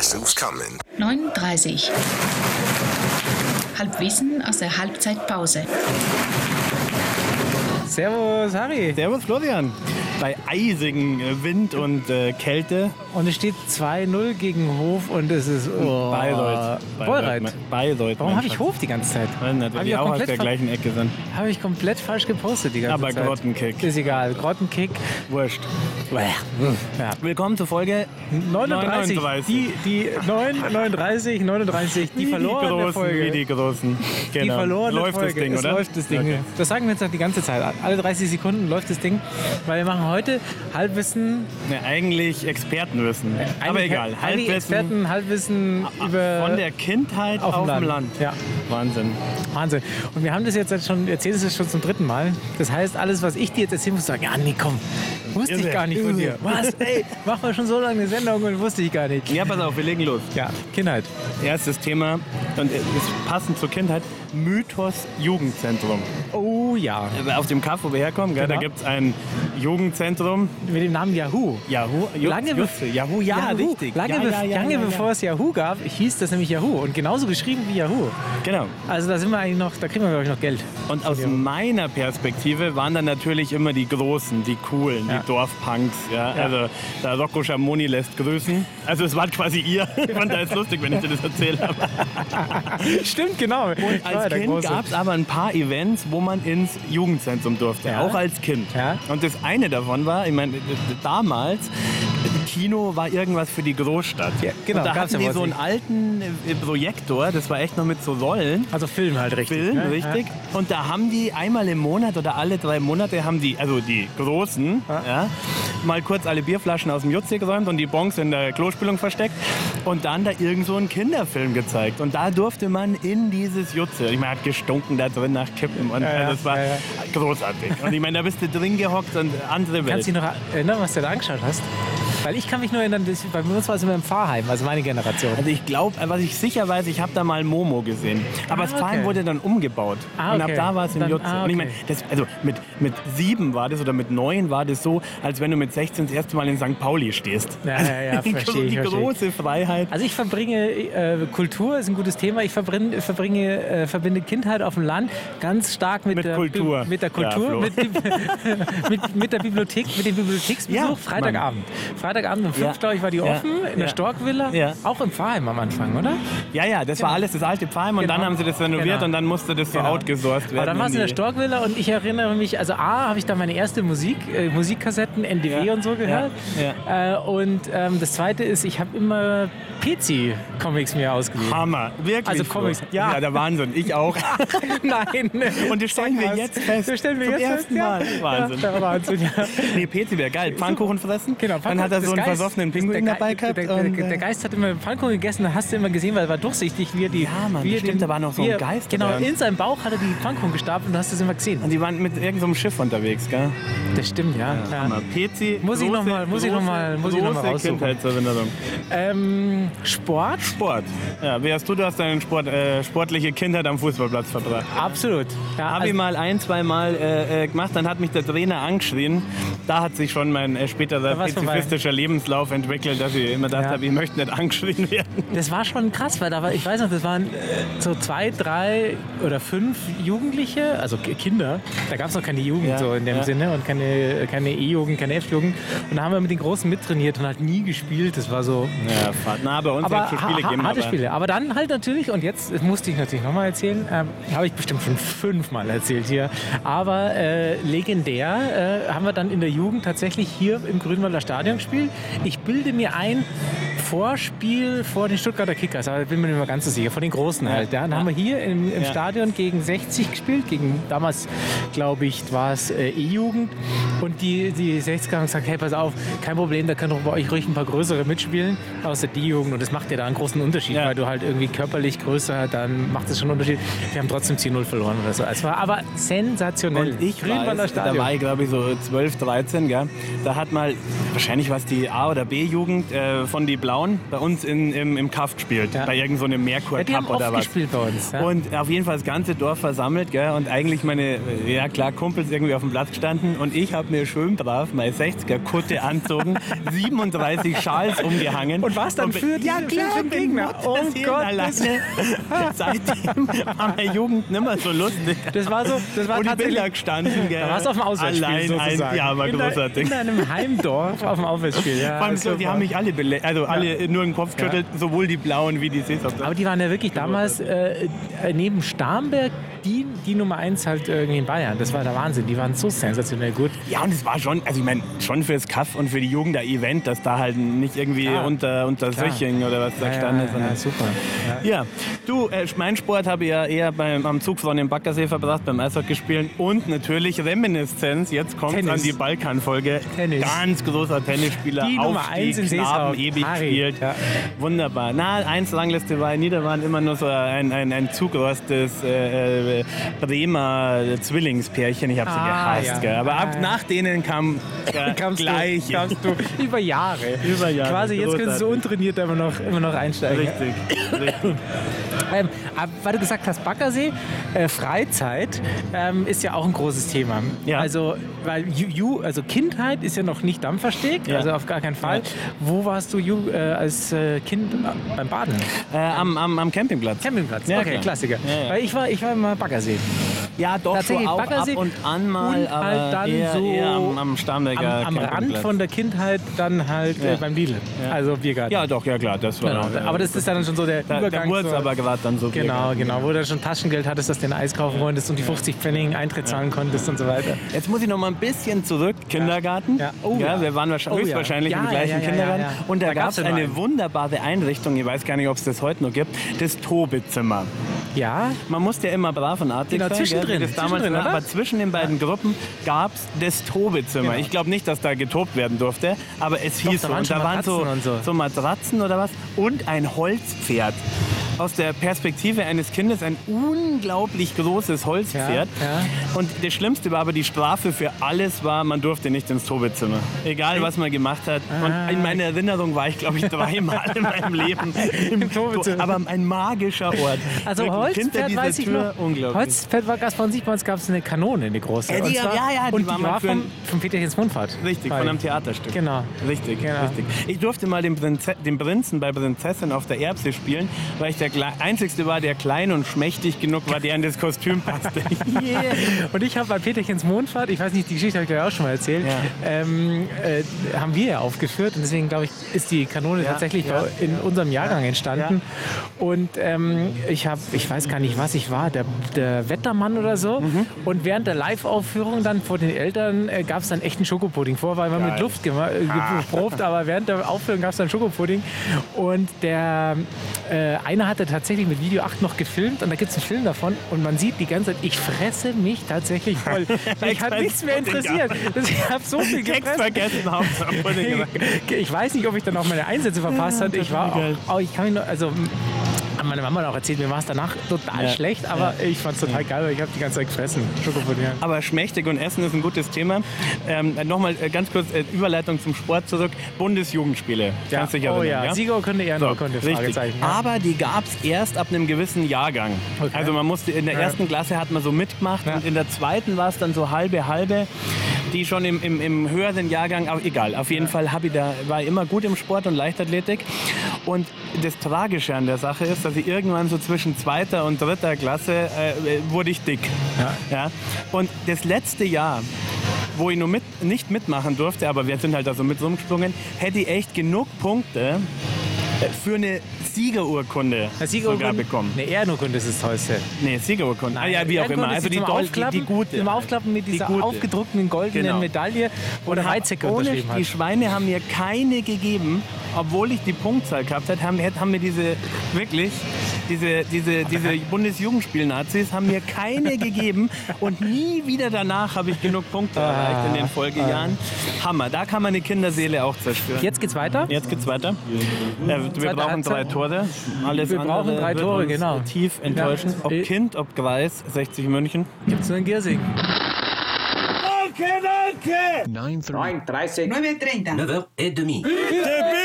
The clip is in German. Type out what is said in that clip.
zusammen. 39. Halbwissen aus der Halbzeitpause. Servus, Harry. Servus Florian. Bei eisigen äh, Wind und äh, Kälte. Und es steht 2-0 gegen Hof und es ist oh, Bayreuth. Bayreuth. Bayreuth. Warum habe ich Hof die ganze Zeit? Weil Hab die ich auch auch aus komplett der ver- gleichen Ecke sind. Habe ich komplett falsch gepostet die ganze Aber Zeit. Grottenkick. Ist egal. Grottenkick. Wurscht. Ja. Willkommen zur Folge 39. 39. Die, die 9, 39, 39. Die verlorene Großen, Folge. Wie die Großen. Die Genau. verlorene läuft Folge. das Ding, es oder? läuft das Ding. Okay. Das sagen wir jetzt noch die ganze Zeit. Alle 30 Sekunden läuft das Ding. Weil wir machen heute Halbwissen. Ne, eigentlich Expertenwissen. Aber Äh, eigentlich- egal. eigentlich Halbwissen Ah, Experten, Halbwissen über... von der Kindheit auf auf, dem dem Land. Land. Ja. Wahnsinn. Wahnsinn. Und wir haben das jetzt schon, erzählt es jetzt schon zum dritten Mal. Das heißt, alles, was ich dir jetzt erzählen muss, sagen, ja, nee, komm, wusste ich Irre, gar nicht von dir. irre. Was? Ey, mach mal schon so lange eine Sendung und wusste ich gar nicht. Ja, pass auf, wir legen los. Ja, Kindheit. Erstes Thema und es ist passend zur Kindheit: Mythos Jugendzentrum. Oh ja. Äh, Auf dem Kaff, wo wir herkommen, gell, Genau. da gibt es ein Jugendzentrum. Mit dem Namen Yahoo. Yahoo. Jutz- Lange, Jutze. bef- Yahoo, ja, Yahoo. richtig. Lange, ja, bef- ja, ja, lange ja, ja. bevor es Yahoo gab, hieß das nämlich Yahoo. Und genauso geschrieben wie Yahoo. Genau. Also da sind wir eigentlich noch, da kriegen wir, glaube ich, noch Geld. Und aus meiner Perspektive waren dann natürlich immer die Großen, die Coolen, Ja. die Dorfpunks. Ja? Ja. Also da Rocco Schamoni lässt grüßen. Also es war quasi ihr. Ich fand das lustig, wenn ich dir das erzählt habe. Stimmt, genau. Ich war ja Als der Kind Große. gab es aber ein paar Events, wo man ins Jugendzentrum durfte, Ja. auch als Kind. Ja. Und das eine davon war, ich meine, damals, Kino war irgendwas für die Großstadt. Ja, genau, Und da gab's hatten ja die was so einen nicht. alten äh, Projektor, das war echt noch mit so Säulen. Also Film halt richtig. Film, ne? richtig. Und da haben die einmal im Monat oder alle drei Monate haben die, also die Großen, ja. mal kurz alle Bierflaschen aus dem Jutze geräumt und die Bons in der Klospülung versteckt und dann da irgend so einen Kinderfilm gezeigt. Und da durfte man in dieses Jutze, ich meine, hat gestunken da drin nach Kippen und ja, also, das war ja, ja. großartig. Und ich meine, da bist du drin gehockt und andere Welt. Kannst du dich noch erinnern, was du da angeschaut hast? Weil ich kann mich nur erinnern, das, bei uns war es immer im Pfarrheim, also meine Generation. Also ich glaube, was ich sicher weiß, ich habe da mal Momo gesehen. Aber Ah, das Fahren okay. wurde dann umgebaut. Ah, Und ab okay. da war es im Dann- Jutze. ah, Und ich okay. meine, das- also mit, mit sieben war das oder mit neun war das so, als wenn du mit 16 das erste Mal in St. Pauli stehst. Ja, Also ja, ja, die verstehe ich, die verstehe ich. große Freiheit. Also ich verbringe, äh, Kultur ist ein gutes Thema, ich verbringe, verbringe äh, verbinde Kindheit auf dem Land ganz stark mit, Mit der, Kultur. Bi- mit der Ja, Kultur, Flo. mit, Bib- mit, mit der Bibliothek, mit dem Bibliotheksbesuch Ja, Mann. Freitagabend. Freitagabend um fünf, Ja. glaube ich, war die Ja. offen, in der Ja. Storkvilla, Ja. auch im Pfarrheim am Anfang, oder? ja, ja, das war alles das alte Pfeim und dann Genau. haben sie das renoviert Genau. und dann musste das so Genau. outgesourced werden. Aber dann war es in der die- Storkvilla und ich erinnere mich, also A, habe ich da meine erste Musik, äh, Musikkassetten, NDW Ja, und so gehört. ja, Äh, und ähm, das zweite ist, ich habe immer PC-Comics mir ausgesucht. Hammer, wirklich. Also Flo. Comics, ja. ja, der Wahnsinn. Ich auch. Nein. Und das stellen wir Sag was. jetzt fest. Das stellen wir Zum jetzt ersten fest. Mal. Wahnsinn. Ja, ja, Wahnsinn, ja. Nee, Peti wäre geil. Pfannkuchen fressen. Genau, dann hat er das so einen Geist- versoffenen das- Pinguin der Ge- dabei gehabt. Der, der, und, der äh, Geist hat immer Pfannkuchen gegessen, da hast du immer gesehen, weil er war durchsichtig, wie er die. Ja, Mann, wie er stimmt, da war noch so ein wie er- Geist Genau, dran. in seinem Bauch hat er die Pfannkuchen gestapelt und du hast es immer gesehen. Und die waren mit irgendeinem Schiff unterwegs, gell? Das stimmt, ja. ja. Hammer. Pezi, Muss ich große- noch mal- muss ich noch große- mal- muss ich noch mal große raussuchen. Kindheitserinnerung. Ähm, Sport? Sport. Ja, wie hast du, du hast deine Sport, äh, sportliche Kindheit am Fußballplatz verbracht. Absolut. Ja, Habe also- ich mal ein, zwei Mal äh, äh, gemacht, dann hat mich der Trainer angeschrien. Da hat sich schon mein äh, späterer war's vorbei. pazifistischer Lebenslauf entwickelt, dass ich immer gedacht Ja. habe, ich möchte nicht angeschrien werden. Das war schon krass, weil da war, ich weiß noch, das waren äh, so zwei, drei oder fünf Jugendliche, also K- Kinder. Da gab es noch keine Jugend Ja, so in dem ja. Sinne und keine keine E-Jugend, keine F-Jugend. Und da haben wir mit den Großen mittrainiert und halt nie gespielt. Das war so. Ja, na, bei uns Aber hat's schon Spiele ha- ha- gegeben, harte aber- Spiele. Aber dann halt natürlich, und jetzt das musste ich natürlich nochmal erzählen, ähm, habe ich bestimmt schon fünfmal erzählt hier, aber äh, legendär äh, haben wir dann in der Jugend tatsächlich hier im Grünwalder Stadion gespielt. Ich bilde mir ein, Vorspiel vor den Stuttgarter Kickers, aber ich bin mir nicht mehr ganz so sicher, von den Großen halt. Ja. Dann haben wir hier im, im Ja. Stadion gegen 60 gespielt, gegen damals, glaube ich, war es äh, E-Jugend. Und die, die 60er haben gesagt, hey, pass auf, kein Problem, da können doch bei euch ruhig ein paar größere mitspielen, außer die Jugend. Und das macht ja da einen großen Unterschied, Ja. weil du halt irgendwie körperlich größer, dann macht es schon einen Unterschied. Wir haben trotzdem 10-0 verloren oder so. Es war aber sensationell. Und ich Grünwalder weiß, da Stadion. war ich glaube ich so 12, 13, gell? da hat mal, wahrscheinlich war es die A- oder B-Jugend äh, von die Blauen, Down bei uns in, im, im Kaff gespielt. Ja. Bei irgendeinem so einem Merkur Ja, die haben Cup oder oft was. gespielt bei uns. Ja. Und auf jeden Fall das ganze Dorf versammelt, gell? Und eigentlich meine, ja klar, Kumpels irgendwie auf dem Platz gestanden. Und ich habe mir schön brav meine 60er-Kutte anzogen, 37 Schals umgehangen. Und war's dann be- für die- Ja für klar, den Gegner. Gegner. Oh Gott, das- alleine. Seitdem war meine Jugend nicht mehr so lustig. das war so, das war und ich bin tatsächlich. da gestanden, gell? Da warst du auf dem Auswärtsspiel Allein sozusagen. Ein, ja, war in großartig. Der, in einem Heimdorf auf dem Auswärtsspiel. Ja, Vor allem, super. die haben mich alle, bele- also alle äh, nur den Kopf Ja. geschüttelt, sowohl die Blauen wie die Seesaft. aber die waren ja wirklich genau. damals äh, äh, neben Starnberg die, die Nummer 1 halt irgendwie in Bayern. Das war der Wahnsinn. Die waren so sensationell gut. Ja, und es war schon, also ich meine, schon fürs Kaff und für die Jugend ein Event, dass da halt nicht irgendwie Klar. unter, unter Klar. Söching oder was da gestanden ist. ja, ja, super. Ja. Ja, du, äh, mein Sport habe ich ja eher beim, am Zug von dem Baggersee verbracht, beim Eishockey spielen und natürlich Reminiszenz, jetzt kommt Tennis. an die Balkanfolge. Tennis. Ganz großer Tennisspieler, Die Nummer eins in Seeshaupt, Knaben, ewig Harry. gespielt. Ja. Wunderbar. Na, eins Rangliste war in Niederwahn immer nur so ein, ein, ein Zugrost des äh, äh, Bremer Zwillingspärchen. Ich habe sie Ah, gehasst. ja. Gell? Aber ab, Ah, ja. nach denen kam äh, Kamst gleich. Du, kamst du über Jahre. Über Jahre, Quasi, jetzt können sie so großartig. untrainiert immer noch, immer noch einsteigen. Richtig, richtig. Ähm, aber weil du gesagt hast, Baggersee, äh, Freizeit ähm, ist ja auch ein großes Thema. Ja. Also, weil Ju, Ju, also Kindheit ist ja noch nicht Dampfersteg, Ja. also auf gar keinen Fall. Wo warst du Ju, äh, als äh, Kind äh, beim Baden? Äh, am, am, am Campingplatz. Campingplatz, Ja, okay, klar. Klassiker. Ja, ja. Weil ich war, ich war immer Baggersee. Ja, doch, Tatsächlich, so auch Baggersee ab und an mal, und aber halt dann eher, so eher am, am Starnberger Am, am Rand Campingplatz. von der Kindheit dann halt Ja. äh, beim Lidl, Ja. also Biergarten. Ja, doch, ja klar, das war... Genau. Aber das ist ja dann schon so der der, der Übergang Wurz zur- aber gerade dann so... Genau, genau, wo du dann schon Taschengeld hattest, dass du den Eis kaufen konntest und die 50 Pfennig Eintritt zahlen konntest und so weiter. Jetzt muss ich noch mal ein bisschen zurück. Kindergarten. Ja. Oh ja. Wir waren Oh wahrscheinlich, ja. höchstwahrscheinlich Ja, im ja, gleichen ja, ja, Kindergarten. ja, ja. Und da, Da gab gab's es ja nur eine einen. wunderbare Einrichtung, ich weiß gar nicht, ob es das heute noch gibt, das Tobezimmer. Ja, Man musste ja immer brav und artig Genau, sein. zwischendrin, gell, wie Das damals zwischendrin, war. oder? Aber zwischen den beiden Gruppen gab es das Tobezimmer. Genau. Ich glaube nicht, dass da getobt werden durfte, aber es hieß da so. waren Und schon da waren so, Matratzen und so. Matratzen oder was und ein Holzpferd. Aus der Perspektive eines Kindes ein unglaublich großes Holzpferd. Ja, ja. Und das Schlimmste war aber die Strafe für alles war, man durfte nicht ins Tobezimmer. Egal, was man gemacht hat. Ah. Und in meiner Erinnerung war ich, glaube ich, dreimal in meinem Leben im, Im Tobezimmer. Aber ein magischer Ort. also Wirklich, hinter Holzpferd dieser weiß ich Tür, noch. Unglaublich. Holzpferd war Gas von sich, bei uns gab es eine Kanone, eine große. Ja, die- und zwar, ja, ja, die und war die mal war für vom, ein- vom Peter Jens Mundfahrt. Richtig, von einem Theaterstück. Genau. Richtig, Genau. richtig. Ich durfte mal den, Prinze den Prinzen bei Prinzessin auf der Erbse spielen, weil ich der Kle Einzigste war, der klein und schmächtig genug war, der in das Kostüm passte. Und ich habe bei Peterchens Mondfahrt, ich weiß nicht, die Geschichte habe ich glaube ich auch schon mal erzählt, Ja. ähm, äh, haben wir ja aufgeführt und deswegen glaube ich, ist die Kanone tatsächlich ja, bei- in unserem Jahrgang entstanden. Und ähm, ich habe, ich weiß gar nicht, was ich war, der, der Wettermann oder so. Mhm. Und während der Live-Aufführung dann vor den Eltern äh, gab es dann echten Schokopudding. Vorher war man mit Geil. Ah. Luft gema- äh, geprobt, aber während der Aufführung gab es dann Schokopudding. Und der äh, eine hatte tatsächlich mit Video 8 noch gefilmt und da gibt es einen Film davon und man sieht die ganze Zeit, ich fresse mich tatsächlich voll. Mich hat Extra nichts mehr Pudding interessiert. Ich habe so viel Text gefressen. vergessen, Hauptsache Pudding gemacht. Ich weiß nicht, ob ich dann auch meine Einsätze verpasst hatte. Ich war auch, auch, ich kann mich noch, also hat meine Mama noch erzählt, mir war es danach total Ja. schlecht, aber ich fand es total geil, weil ich habe die ganze Zeit gefressen. Schokopudding. Aber schmächtig und Essen ist ein gutes Thema. Ähm, Nochmal äh, ganz kurz äh, Überleitung zum Sport zurück. Bundesjugendspiele. Kannst dich oh erinnern, ja, Sieger könnte eher So, noch könnte Genau, richtig. Fragezeichen. ja. Aber die gab es erst ab einem gewissen Jahrgang. Okay. Also man musste in der Ja. ersten Klasse hat man so mitgemacht Ja. und in der zweiten war es dann so halbe halbe. Die schon im, im, im höheren Jahrgang, aber egal. Auf jeden Fall hab ich da, war ich immer gut im Sport und Leichtathletik. Und das Tragische an der Sache ist, dass ich irgendwann so zwischen zweiter und dritter Klasse äh, äh, wurde ich dick. Ja. Und das letzte Jahr, wo ich nur mit, nicht mitmachen durfte, aber wir sind halt da so mit rumgesprungen, hätte ich echt genug Punkte äh, für eine Siegerurkunde Eine sogar Siegerurkunde? bekommen. Eine Ehrenurkunde ist das Tollste. Nee, Siegerurkunde. Ah, ja, wie auch Ehrenurkunde immer. ist Also die, zum Dol- die, Aufklappen, die gute. Zum Aufklappen mit dieser gute. aufgedruckten goldenen Genau. Medaille, wo der Weizsäcker ohne, unterschrieben die hat. Schweine haben mir keine gegeben, obwohl ich die Punktzahl gehabt habe, haben, haben mir diese, wirklich, diese, diese, diese Bundesjugendspiel-Nazis haben mir keine gegeben und nie wieder danach habe ich genug Punkte Ah, erreicht in den Folgejahren. Hammer, da kann man eine Kinderseele auch zerstören. Jetzt geht's weiter. Jetzt geht's weiter. Äh, wir Zweite brauchen drei Halbzeit. Tore. Alles Wir andere brauchen drei wird Tore, uns genau. Tief enttäuschen. Ja. Ob Äh. Kind, ob Greis, 60 München. Gibt's nur in Giersing. 9.30 9.30. et demi. Tippy!